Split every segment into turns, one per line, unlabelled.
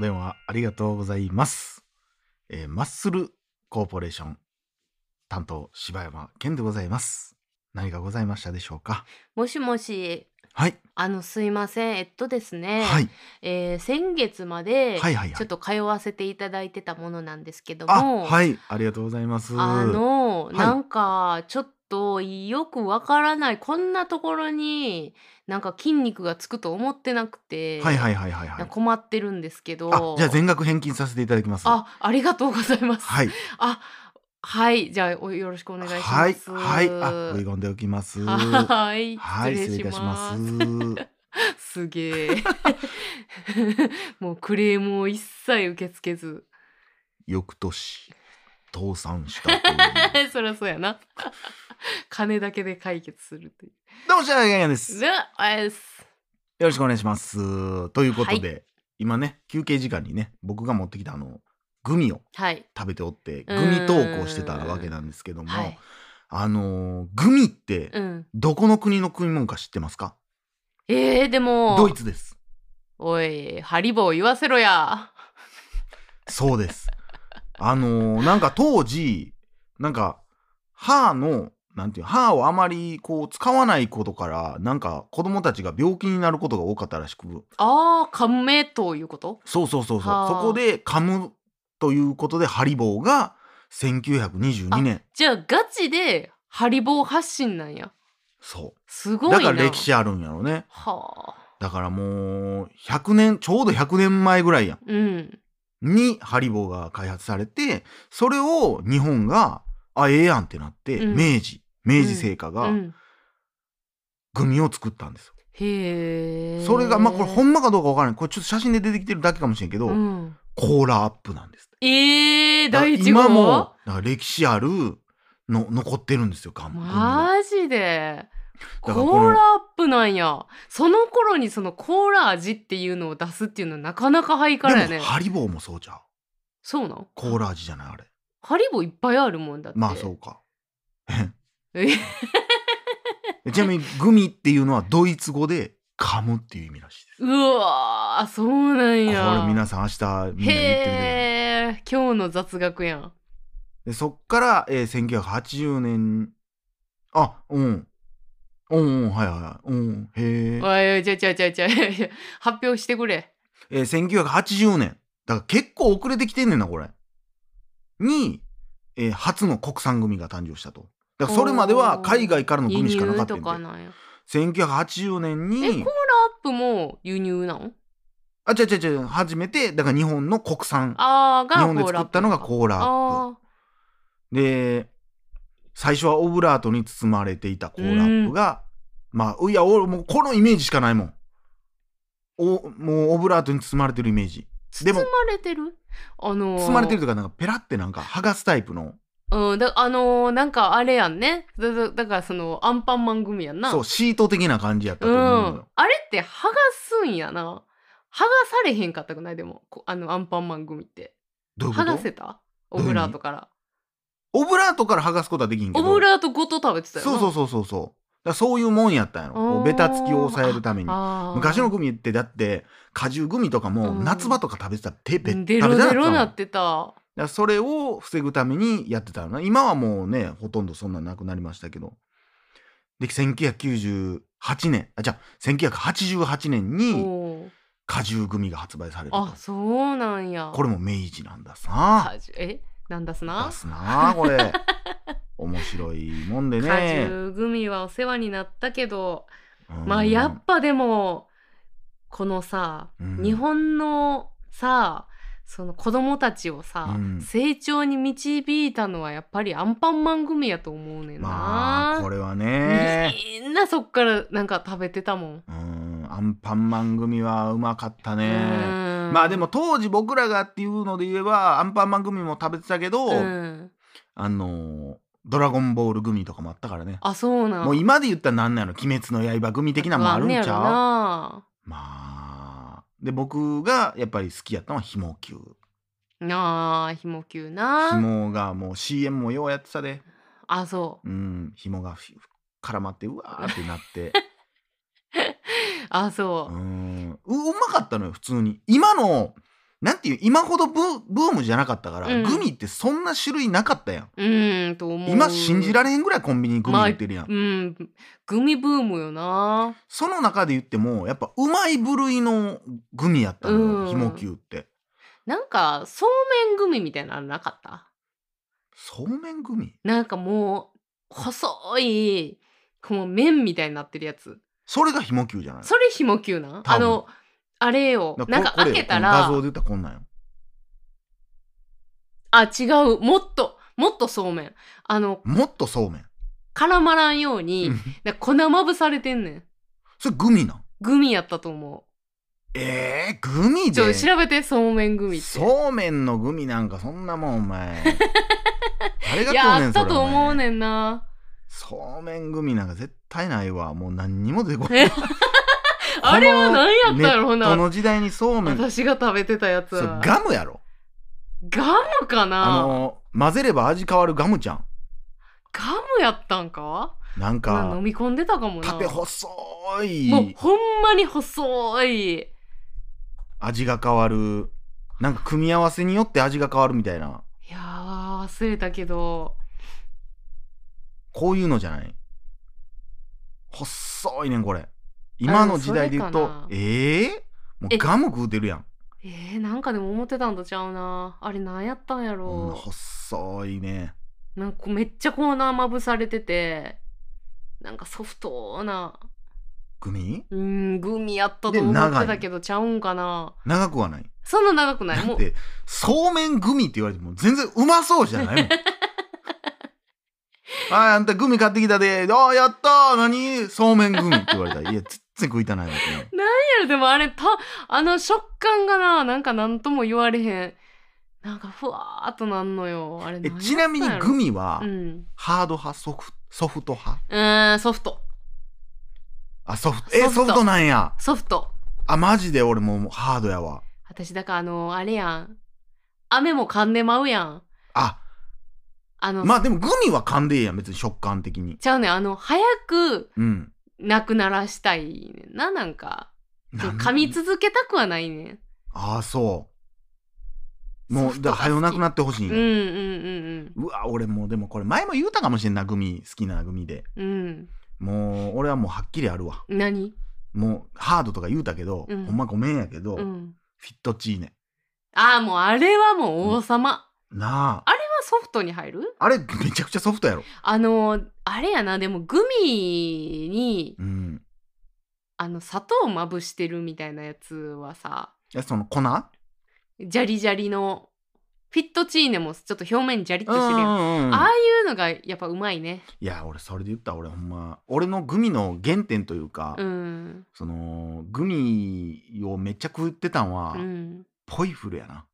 電話ありがとうございます。えーマッスルコーポレーション担当柴山健でございます。何かございましたでしょうか
もしもし、
はい。
あのすいません、えっとですね、
はい。
えー先月ま
は
で
いはいはい
ちょっと通わせていただいてたものなんですけど
あ、
も、
はい。ありがとうございます。
あの、
い
なんかちょっとよくわからないこんなところになんか筋肉がつくと思ってなくて、
はいはいはいはいは
なん
い
か。困ってるんですけ
あ
ど、
じゃあ全額返金させていただきます。
あありがとうございます。
はい。
あはいじゃあおよろしくお願いし
は
ま
い。
す。
はい。あ、追い込んでおきます。は
はい
い。
失
失
礼
礼
し
いたし
ま
ますす。。
すげえ。もうクレームを一切受け付けず。
翌年、倒産したという。
そりゃそうやな。金だけで解決するとい
どうも、しゃいやです。
う。
よ
ね、あれです。
ろしくお願いします。ということで、今ね、休憩時間にね、僕が持ってきたあの、グミを
はい。
食べておって、グ
うん
ミ投稿してたわけなんですけども、
はい。
あのーグミって、
うん。
どこの国の食い物か知ってますか
えー、でも。
ドイツです。
おい、ハリボー言わせろや。
そうです。あのーなんか当時、なんか、歯の、なんていう、歯をあまりこう使わないことから、なんか子供たちが病気になることが多かったらしく、
ああ、カメということ
そうそうそうそ
は
う。
あ
そこで噛むということで、ハリボーが1922年。
じゃあ、ガチでハリボー発信なんや。
そ
す
う。
ごいな。
だから歴。史あるんやろね。
はあ。
だからもう、100年、ちょうど100年前ぐらいやん。
うん。
にハリボーが開発されて、それを日本が、あ、ええやんってなって、
うん
明治、明治製菓
う
が
ん。
グミを作ったんですよ。
へえ。
それが、まあこれほ
ん
んまかどうかわからない。これちょっと写真で出てきてるだけかもしれんけど、
うん、
コーラアップなんです。
ええー、
だから
第一
今
号
も、だから歴史あるの、残ってるんですよ、ガムグミが
マジでコ
だからこの
ーラアップなんやその頃にそのコーラ味っていうのを出すっていうのはなかなかハイカラや
で
ね
もハリボーもそうじゃう
そうなん
コーラ味じゃないあれ
ハリボーいっぱいあるもんだって
まあそうか
え
ちなみにグミっていうのはドイツ語で噛むっていう意味らしいです
うわーそうなん
こ
や
れ皆さん明日みんな言ってみてください
へえ今日の雑学やん
でそっから、えー、1980年あうんうんうんはいはいはいうんへ
おいおいちゃうちゃうちゃうちゃういや発表してくれ
ええー、1980年だから結構遅れてきてんねんなこれに、えー初の国産グミが誕生したとだからそれまでは海外からのグ
輸
ミしかなか
入
った
と
ん
か
で
なんや
1980年に
えコーラアップも輸入なん
あ、違う違う違う、初めて、だから日本の国産。
あー
日
が
本で作ったのがコーラアッ
あ
プ。で、最初はオブラートに包まれていたコーラアップが、まあ、いや、俺もうこのイメージしかないもん。おもうオブラートに包まれてるイメージ。でも
包、まれてるあのー、
包まれてるというか、なんかペラってなんか剥がすタイプの、
うんだあのー、なんかあれやんねだだだからそのアンパンマン組やんな
そう、シート的な感じやった
う
と思うの
ん
よ。
あれって剥がすんやな剥がされへんかったくないでもこあのアンパンマン組って
どういう
剥が
こ
せ
と
た
どうい
オ
う意味
ブラートから
オブラートから剥がすことはできんけ
オ
ど。
ブラートごと食べてたよな
そうそうそうそうそう。だからそういうもんやったんやろ。こうベタつきを抑えるために。
あー
昔のグミってだって果汁グミとかも
うん
夏場とか食べてたら手べっ
デロ
食べ
デ
てな
ロ
かったも
な
んだ
っ
か
てた
らそれを防ぐためにやってたのな今はもうねほとんどそんなんなくなりましたけどで1998年あじゃあ1988年に
おー
果汁グミが発売されると
あそうなんや
これも明治なんださ
果汁えなんだすな
出すなあこ れ面白いもんで
果
ね、
汁グミはお世話になったけど、
うん
まあやっぱでもこのさ、
うん
日本のさその子供たちをさ、
うん
成長に導いたのはやっぱりアンパンマン組やと思うねんな、
まあこれはね
みんなそっからなんか食べてたもん、
うんアンパンマン組はうまかったね
うん
まあでも当時僕らがっていうので言えばアンパンマングミも食べてたけど、
うん
あのードラゴンボールグミとかもあったからね
あそうなん
もう今で言ったら何なの鬼滅の刃グミ的なもんあるんち
んねやろ
ゃう
な
まあで僕がやっぱり好きやったのはひもきゅう
なあひもきゅう
ひ
な
もがもう CM もようやってたで
あそう
うんひもがふ絡まってうわーってなって
あ
う
そ
んううまかったのよ普通に今のなんていう今ほどブブームじゃなかったから、
うん
グミってそんな種類なかったやん
うんと思う
今信じら
れ
れへんぐらいコンビニにグミ売ってるやん、
うんグミブームよな
その中で言ってもやっぱうまい部類のグミやったの
うん
よひもきゅうって
なんかそうめんグミみたいなのなかった
そうめんグミ
なんかもう細いこの麺みたいになってるやつ
それがひもきゅうじゃない
それひもきゅうな
多
ん
分
あのあれよ
だら
なん
ここ
か
れ
開けた
この
ら
画像で言ったらこんなんよ
あ違うもっともっとそうめんあの
もっとそうめん
絡まらんように
うん
なんか粉まぶされてんねん
それグミなん
グミやったと思
えー、グミ
うちょっ
で
と調べてそうめんグミって
そうめんのグミなんかそんなもんお前 誰が食
い
う
や
ね
あ
ん
っ
それ
たと思う
お前
ねんな
そうめんグミなんか絶対ないわもう何にも出てこない
えあれは何やったんやろ
こ
な
の時代にそうめん
私が食べてたやつ
それ
は
ガムやろ
ガムか
あ
な
の混ぜれば味変わるガムちゃん
ガムやったんか
なん
うん
か
飲み込んでたかもな
縦細
もう
い
ほんまに細い
味が変わるなんか組み合わせによって味が変わるみたいない
やー忘れたけど
こういうのじゃない細いねんこれ今の時代で言う
あでも
と
それかな
ええも
え
うガム食うてるやん
えー、なんかでも思ってたんとちゃうなあれ何やったん
こ
や
んな
ろ
細いね
なんかめっちゃコーナーまぶされててなんかソフトな
グミ
うーんグミやったと
で
思
長い
ってたけどちゃうんかな
長くはない
そんな長くない
だ
も
っ
う
てそうめんグミって言われても全然うまそうじゃ ないもんあーあんたグミ買ってきたでああやったー何そうめんグミって言われたらいや全然食いたないわけよ
でもあれたあの食感がななんか何とも言われへんなんかふわーっとなんのよあれ
えちなみにグミ
ミ
は
うん
ハード派ソフソフト派
うーんソフト
あソフト
ソフ
え
ト
ソフトなんや
ソフト
あマジで俺もうハードやわ
私だからあのあれやん雨も噛んでまうやん
あ
あの、
まあでもグミは噛んでええやん別に食感的に
ちゃうねんあの早く
うん
なくならしたいねんななんか
なん
噛み続けたくはないね
ああそう
ソ
も
フ
うだ
トが好き
はよなくなってほしい
ん
ん
う
や
んうん
うわ俺もうでもこれ前も言うたかもしれんなグミ好きなグミで
うんうん
もう俺はもうはっきりあるわ
うん何
もうハードとか言うたけど、
うん
ほんまごめんやけど、
う
フ
ん
ィットチーネ
ああもうあれはもう王様、あ
なあ
れはソフトに入る
あれめちゃくちゃソフトやろ
あのあれやなでもグミに
うん
あの砂糖をまぶしてるみたいなやつはさ
えその粉うん
ジャリジャリのフィットチーネもちょっと表面ジャリっと
う
してるやん
んうん
ああいうのがやっぱうまいね
いや俺それで言ったら俺ほんま俺のグミの原点というか、
うん
そのグミをめっちゃ食ってたんは、
うん
ポイフルやな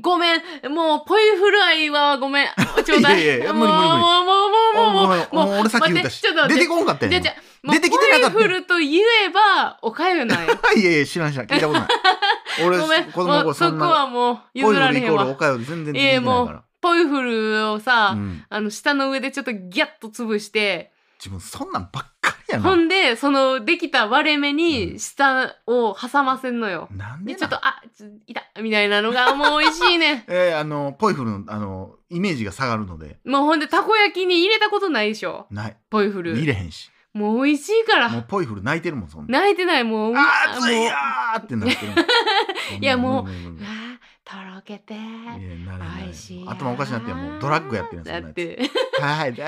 ごめん、もうポイフル愛はごめん、ちょうだい。
いやいやいや無
もう
理無理無理
もうもうもうも
あごめんもう
うもう。
俺さっき言ったし
待ってちょっと待
出
って
てこんかった
じゃ
やん
あじゃ
今
あもう
出てきてなかった
ポイフルと言えばおかゆなんや。
いやいや知らん知らん聞いた ことない俺
ごめん、
子供の
も
頃
う
そ
そ
ん
こ
な
はもう
ポ
譲
イフ
ら
ル
れ
イ
へ
コ
ん
ールお
わ。
かゆ全然出てきてないか
ポイフルを
ら、
さ、
うん、
あの舌の上でちょっとギャッと潰して、
自分そんなんばっかりや
ほ
なん
でそのできた割れ目
う
に
ん
舌を挟ませんのよ。
なんで
で
な。
ちょっとあちょ痛っみたいなのがもう美味しいね
えーあのポイフルのあのイメージが下がるので
もうほんでたこ焼きに入れたことないでしょ。
ない
ポイフル。
見れへんし
もう美味しいから
もうポイフル泣いてるもんそんな
泣いてないもううわ
あー熱い
もう
やーってなってる
いやもう
無理無理無
う
理
わーとろけて
無理いやなれ
美
な
味しい
い
やー
頭おかしなってるもうドラッグやってるん
だ
やつ
って
はいはいはいは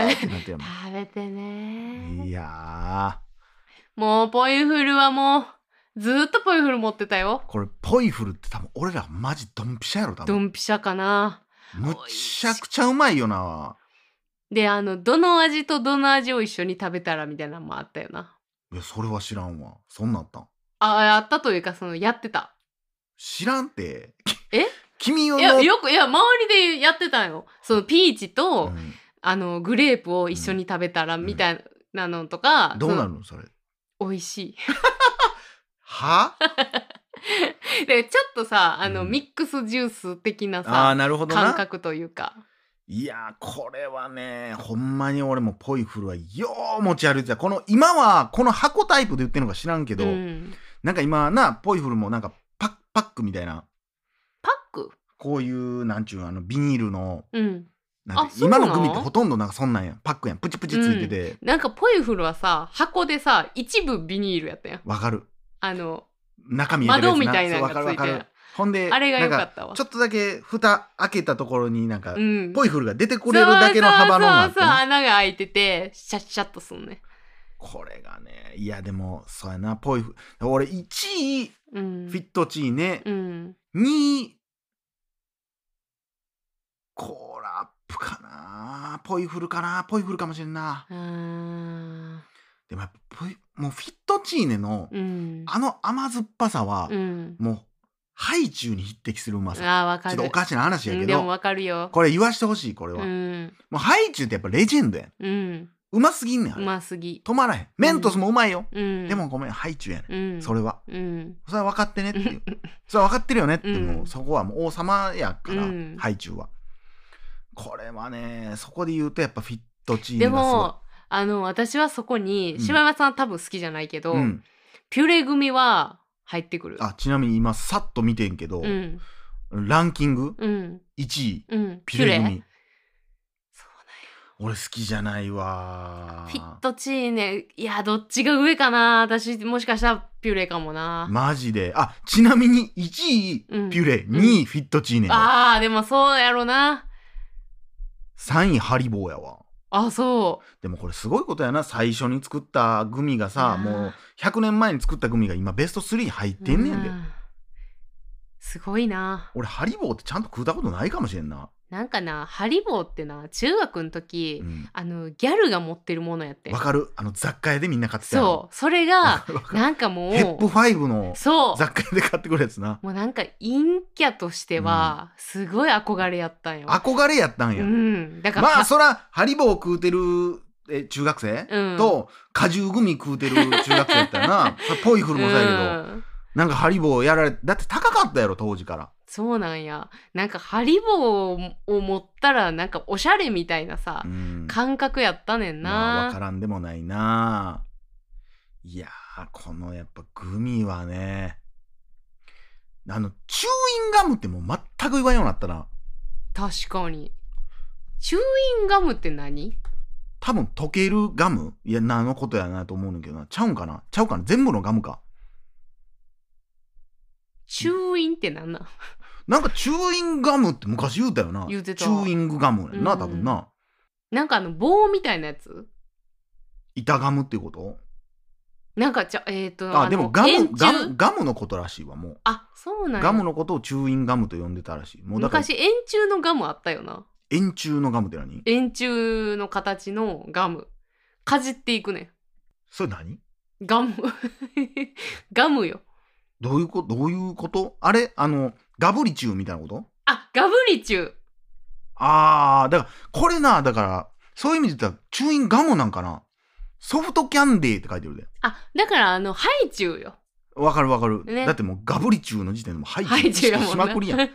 いはいってなってるもん
食べてね
いや
もうポイフルはもうずーっとポイフル持ってたよ
ーこれポイフルって多分俺らマジドンピシャやろ多
ド
分
ンピシャかな
むちゃくちゃうまいよな
であのどの味とどの味を一緒に食べたらみたいなのもあったよない
やそれは知らんわそんなんあったん
ああったというかそのやってた
知らんって
え
君の
いやよくいや周りでやってたよそのピーチと、
うん
あのグレープを一緒に食べたらみたいなのとか、
どうな
そ
る
の
のそれ
美味しい
は
でちょっとさあの、
うん
ミックスジュース的な
ああー
さ
なるほど
感
な
覚というか
いやーこれはねほんまに俺もポイフルはよう持ち歩いてたこの今はこの箱タイプで売ってるのか知らんけど、
うん
なんか今なポイフルもなんかパッパックみたいな
パック
こういうなんちゅうあのビニールの
うん
なんて
あそう
今
なん
のグミってほとんどなんかそんなんやんパックやんプチプチついてて
なんかポイフルはさ箱でさ一部ビニールやったやん
わ、かる
あの
中身
窓みたい
そ
な
う
の
わか
が
る
つ
わ
い
か
て
る
る
ほんで
あれが良か
なん
ったわ
ちょっとだけ蓋開けたところになんか、
うん
ポイフルが出てくれるだけの幅のがあっ
そう
て
そうそうそう
ね
穴が開いててシャッシャッとすんね
これがねいやでもそうやなポイフル俺1位
うん
フィットチーネ、
うん
2位コーラップかなポイフルかなポイフルかもしれんな
あー
でもやっぱポイもうフィットチーネの
うん
あの甘酸っぱさは、
うん
もうハイチュウに匹敵するうま
あ
さ
ーわ
ちょ
か
っとお
る
かしな話や
う
け
んでも
ど
わかるよ
これ言わしてほしいこれは、
う
も
ん
うハイチュウってやっぱレジェンドやん
うん
うますぎんねんあ
う
れ、
ますぎ
止まらへんメントスもうまいよ、
うん
でもごめんハイチュウやね、
うんん
それは
うん
それは分かってねっていうそれは分かってるよねって、
うん
もうそこはもう王様やから、
うん
ハイチュウはこれはねそこで言うとやっぱフィットチーネ
で
がすごい
もあの私はそこに
うん
柴山さんは多分好きじゃないけど、
うん、
ピュレ組は入ってくる
あちなみに今さっと見てんけど、
うん
ランキング
うん
1位
うん
ピュレ組
そう
俺好きじゃない
な
わ
んやフィットチーネいやどっちが上かな私もしかしたらピュレかもな、
マジであちなみに1位
うん
ピュレ、
ん
2位フィットチーネや
あーでもそうやろな
3位ハリボーやわ
あそう
でもこれすごいことやな最初に作ったグミがさ
あー
もう100年前に作ったグミが今ベスト3入ってんねんで、
うすごいな
俺ハリボーってちゃんと食うたことないかもしれんな、
なんかなハリボーってな中学の時、
うん、
あのギャルが持ってるものやってん
わかるあの雑貨屋でみんな買ってたやん
そうそれ が
わかる
なんかもう
ヘップ5の
そう
雑貨屋で買ってくるやつな
もうなんか陰キャとしてはすごい憧れやったんよ。
憧れやったん
う
や、
ん、だから
まあそらハリボー食うてるえ中学生、
うん
と果汁グミ食うてる中学生やったらな それポイフルもそうやけど、
うん
なんかハリボーやられだって高かったやろ当時から
そうなんやなんかハリボーを持ったらなんかおしゃれみたいなさ、
うん
感覚やったねんな、
まあ分からんでもないないやーこのやっぱグミはねあのチューインガムってもう全く言わんようになったな
確かにチューインガムって何
多分溶けるガムいやなのことやなと思うねんだけどなちゃうんかなちゃうかな全部のガムか
チューインってなんなん
なんかチューインガムって昔言うたよな
言うてた
チューイングガムやんな
うん
多分な、
なんかあの棒みたいなやつ
板ガムっていうこと
なんかちゃえっ、と
あ
の
でもガム
円柱
ガムガムのことらしいわもう
あそうなんや
ガムのことをチューインガムと呼んでたらしいもうだから
昔円柱のガムあったよな
円柱のガムって何
円柱の形のガムかじっていくね
それ何
んガム ガムよ
どういうことどういうことあれあのガブリチューみたいなこと
あガブリチュ
ああだからこれなだからそういう意味で言ったらチューインガムなんかなソフトキャンデーって書いてるで
あだからあのハイチュウよ
わかるわかる、
ね
だってもうガブリチューの時点でもうハ
ハイ
イ
チ
チ
ュウ
ュ
や
ー
も
し
んな
まくりやんだか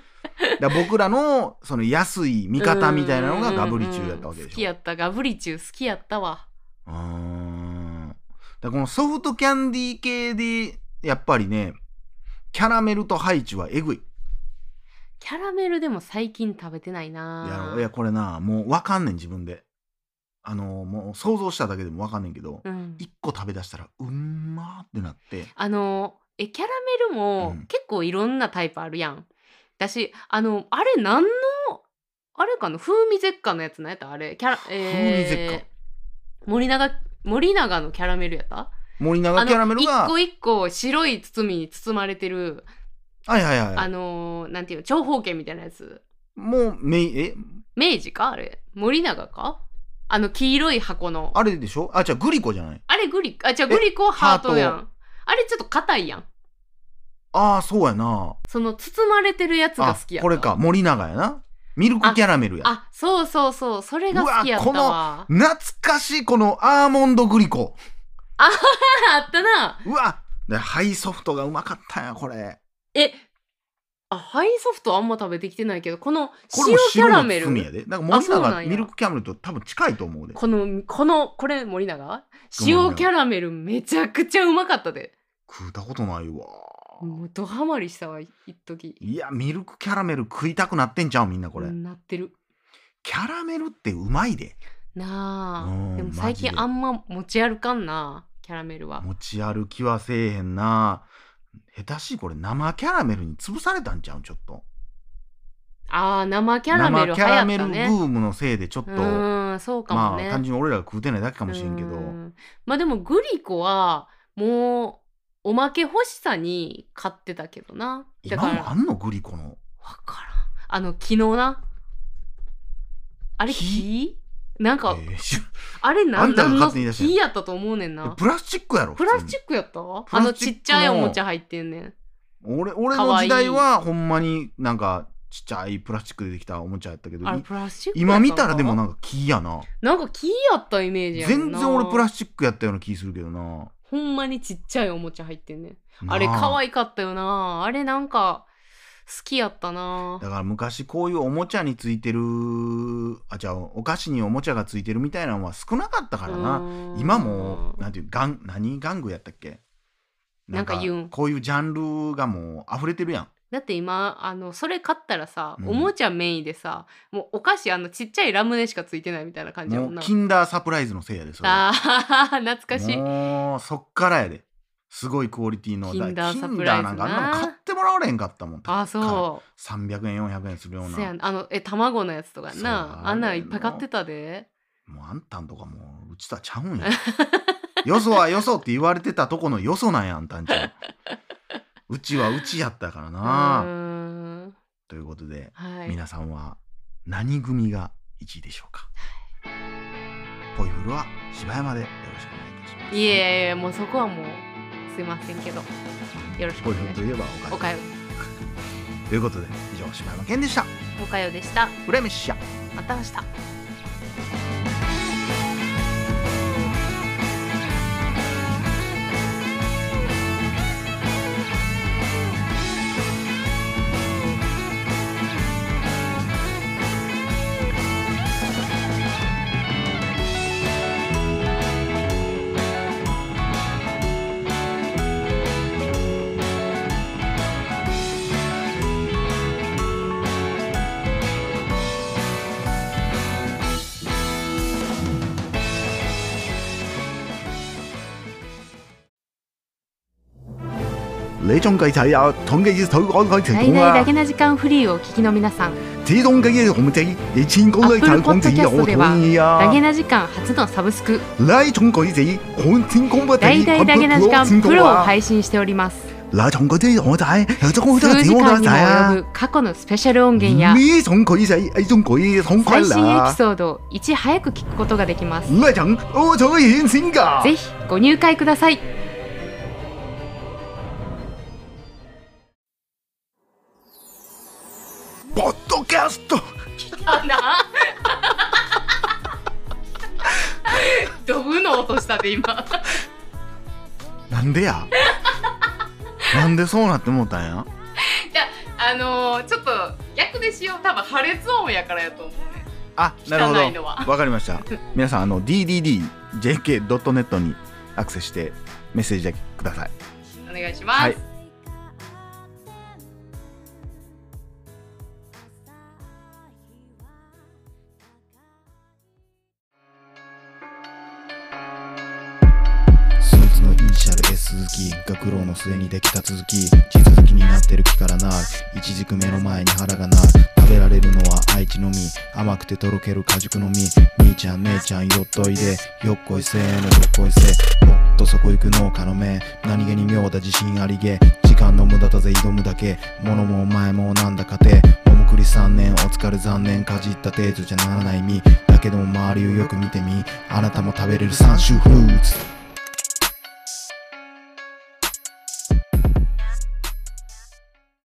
ら僕らのその安い味方みたいなのがガブリチューやったわけで
うんうんうん好
し
き
ょ
やったガブリチュウ好きやったわ
うーんだからこのソフトキャンディー系でやっぱりねキャラメルとハイチューはえぐい
キャラメルでも最近食べてないない
やいやこれなもうわかんねん自分であのもう想像しただけでもわかんねんけど、
うん、
一個食べ出したらうんまーってなって
あのえキャラメルも
うん
結構いろんなタイプあるやん。だしあのあれ何のあれかな風味絶果のやつなんやったあれキャラ、
風味絶
えー、森永森永のキャラメルやった
森永キャラメル
あ
が
の一個一個白い包みに包まれてる、
はいはいはいは
あ
い
のーなんていうの長方形みたいなやつ
もうめいえ
明治かあれ森永かあの黄色い箱のあ
あれでしょあじゃあグリコじゃない
れグリあじゃグリコハートや
ハ
んあれちょっと硬いやん
ああそうやな
その包まれてるやつが
あ
好きやった
これか森永やなミルクキャラメルや
あそうそうそうそれが好きやったわ
う
あ
懐かしいこのアーモンドグリコ
あったな
うわでハイソフトがうまかったんやこれ
えあハイソフトあんま食べてきてないけどこの
これ
塩
も
キャラメ
白の包みや
ル
でなんか
あ
森
そうなん
永
や
ミルクキャラメルと多分近いと思うで
このこのこれ森永
森永
塩キャラメルめちゃくちゃうまかったで
食うたことないわ
もうドハマりしたわい一時
いやミルクキャラメル食いたくなってんじゃんみんなこれ、
なってる
キャラメルってうまいで
な
うん
あでも
マ
最
ジで
近あんま持ち歩かんなキャラメルは
持ち歩きはせえへんな下手しいこれ生キャラメルに潰されたんちゃうんちょっと
あー生キャラメル
生
流
キャ
行
ラ
っ
メル
た
ブ
ね
ームのせいでちょっと
うーんそうかも
ま
ね、
あ単純に俺らが食うてないだけかもしれんけど
うんまあでもグリコはもうおまけ欲しさに買ってたけどなだか
今
ら
もあ
わ
んのグリコの
からんあの昨日なあれ
木
木なんか、
えーし
あれな
あん
ん
たが
なんの
勝手に言い出したんや
木やったと思うねんな
プラスチックやろ
プラスチ
ッ
ックやった
プ
あ
ラ
の
スチックの
ちっちゃいおもちゃ入ってんねん
ク俺俺
か
の
わ
時
いい
代はほんまになんかちっちゃいプラスチックでできたおもちゃやったけど
あれ
い
プラスチックやった
今見たらでも
な
なんか木やな
なんか木やったイメージやねん
全
な
然俺プラスチックやったような気するけどな
ほんまにちっちゃいおもちゃ入ってんねんあれ
な
可愛かったよなあれなんか好きやったな
だから昔こういうおもちゃについてるあじゃあお菓子におもちゃがついてるみたいなのは少なかったからな今もなんていうガン何玩具やったっけ
なんか言うん
こういうジャンルがもう溢れてるやん
だって今あのそれ買ったらさ、
うん
おもちゃメインでさもうお菓子あのちっちゃいラムネしかついてないみたいな感じや
も
もん
う
な
キンダーサプライズのせいやでそれ
あー 懐かしい
もうそっからやですごいクオリティの
キンダ
だか
ー
ら
サプライズな
キンダーなんかあんなの買ってもらわれへんかったもん
あーそ
300円400円する
う
ような
そやんあのえ卵のやつとか
そう
なあんなんいっぱい買ってたで
もうあんたんとかもううちとはちゃうんや よそはよそって言われてたとこのよそなんやあんたんちゃんうちはうちやったから
う
な、
ーん
ということで
はい
皆さんは何組が1位でしょうかポイフルは柴山でよろしくお願いいたします
いえいえいえもうそこはもうすいませんけどよろしく
ポ
お
イ
願
フルと
いし
いえばおか
おか
ゆ
よ
ということで以上柴山健でした
おかよでした
フレミッシャ
また明日
你仲計睇下統計之討講改情
最
況
大
啊
だ！けな時間フリーをお聞きの皆さん
始終嘅嘢紅證，而千高嘅睇港紙我同意啊！
ダゲな時間初のサブスク
那種鬼子看天空不
大
敵，
々だけな時間プロを
啊！
配信しております
那種鬼子我睇，有種鬼子
数時
我
間にも
睇啊！
及ぶ過去のスペシャル音源や
呢種鬼子，呢種鬼恐困
最新エ
啦
ピ！ソードをいち早く聞くことができます
那種我才顯先噶。
ぜひご入会ください
ポッドキャスト、
ドブの音したで今
なんでや？なんでそうなってもうたんや？
あのちょっと逆でしよう多分破裂音やからやと思うね
あ、なるほ
汚いのは
ど。わかりました。皆さんあの dddjk.net にアクセスしてメッセージだけください。
お願いし
す
ま
はい
スーツのイニシャル S 鈴木が苦労の末にできた続き地続きになってる木からなる一軸目の前に腹がなる食べられるのは愛知の実甘くてとろける果熟の実兄ちゃん姉ちゃんよっといでよっこいせーのよっこいせもっとそこ行く農家の目何気に妙だ自信ありげ時間の無駄だぜ挑むだけ物もお前もなんだかて桃栗3年お疲れ残念かじった程度じゃならない実だけども周りをよく見てみあなたも食べれる三種フルーツ